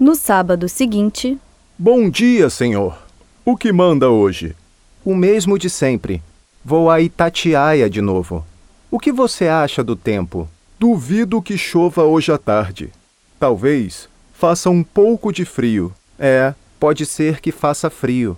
No sábado seguinte, Bom dia, senhor. O que manda hoje? O mesmo de sempre. Vou a Itatiaia de novo. O que você acha do tempo? Duvido que chova hoje à tarde. Talvez faça um pouco de frio. É, pode ser que faça frio.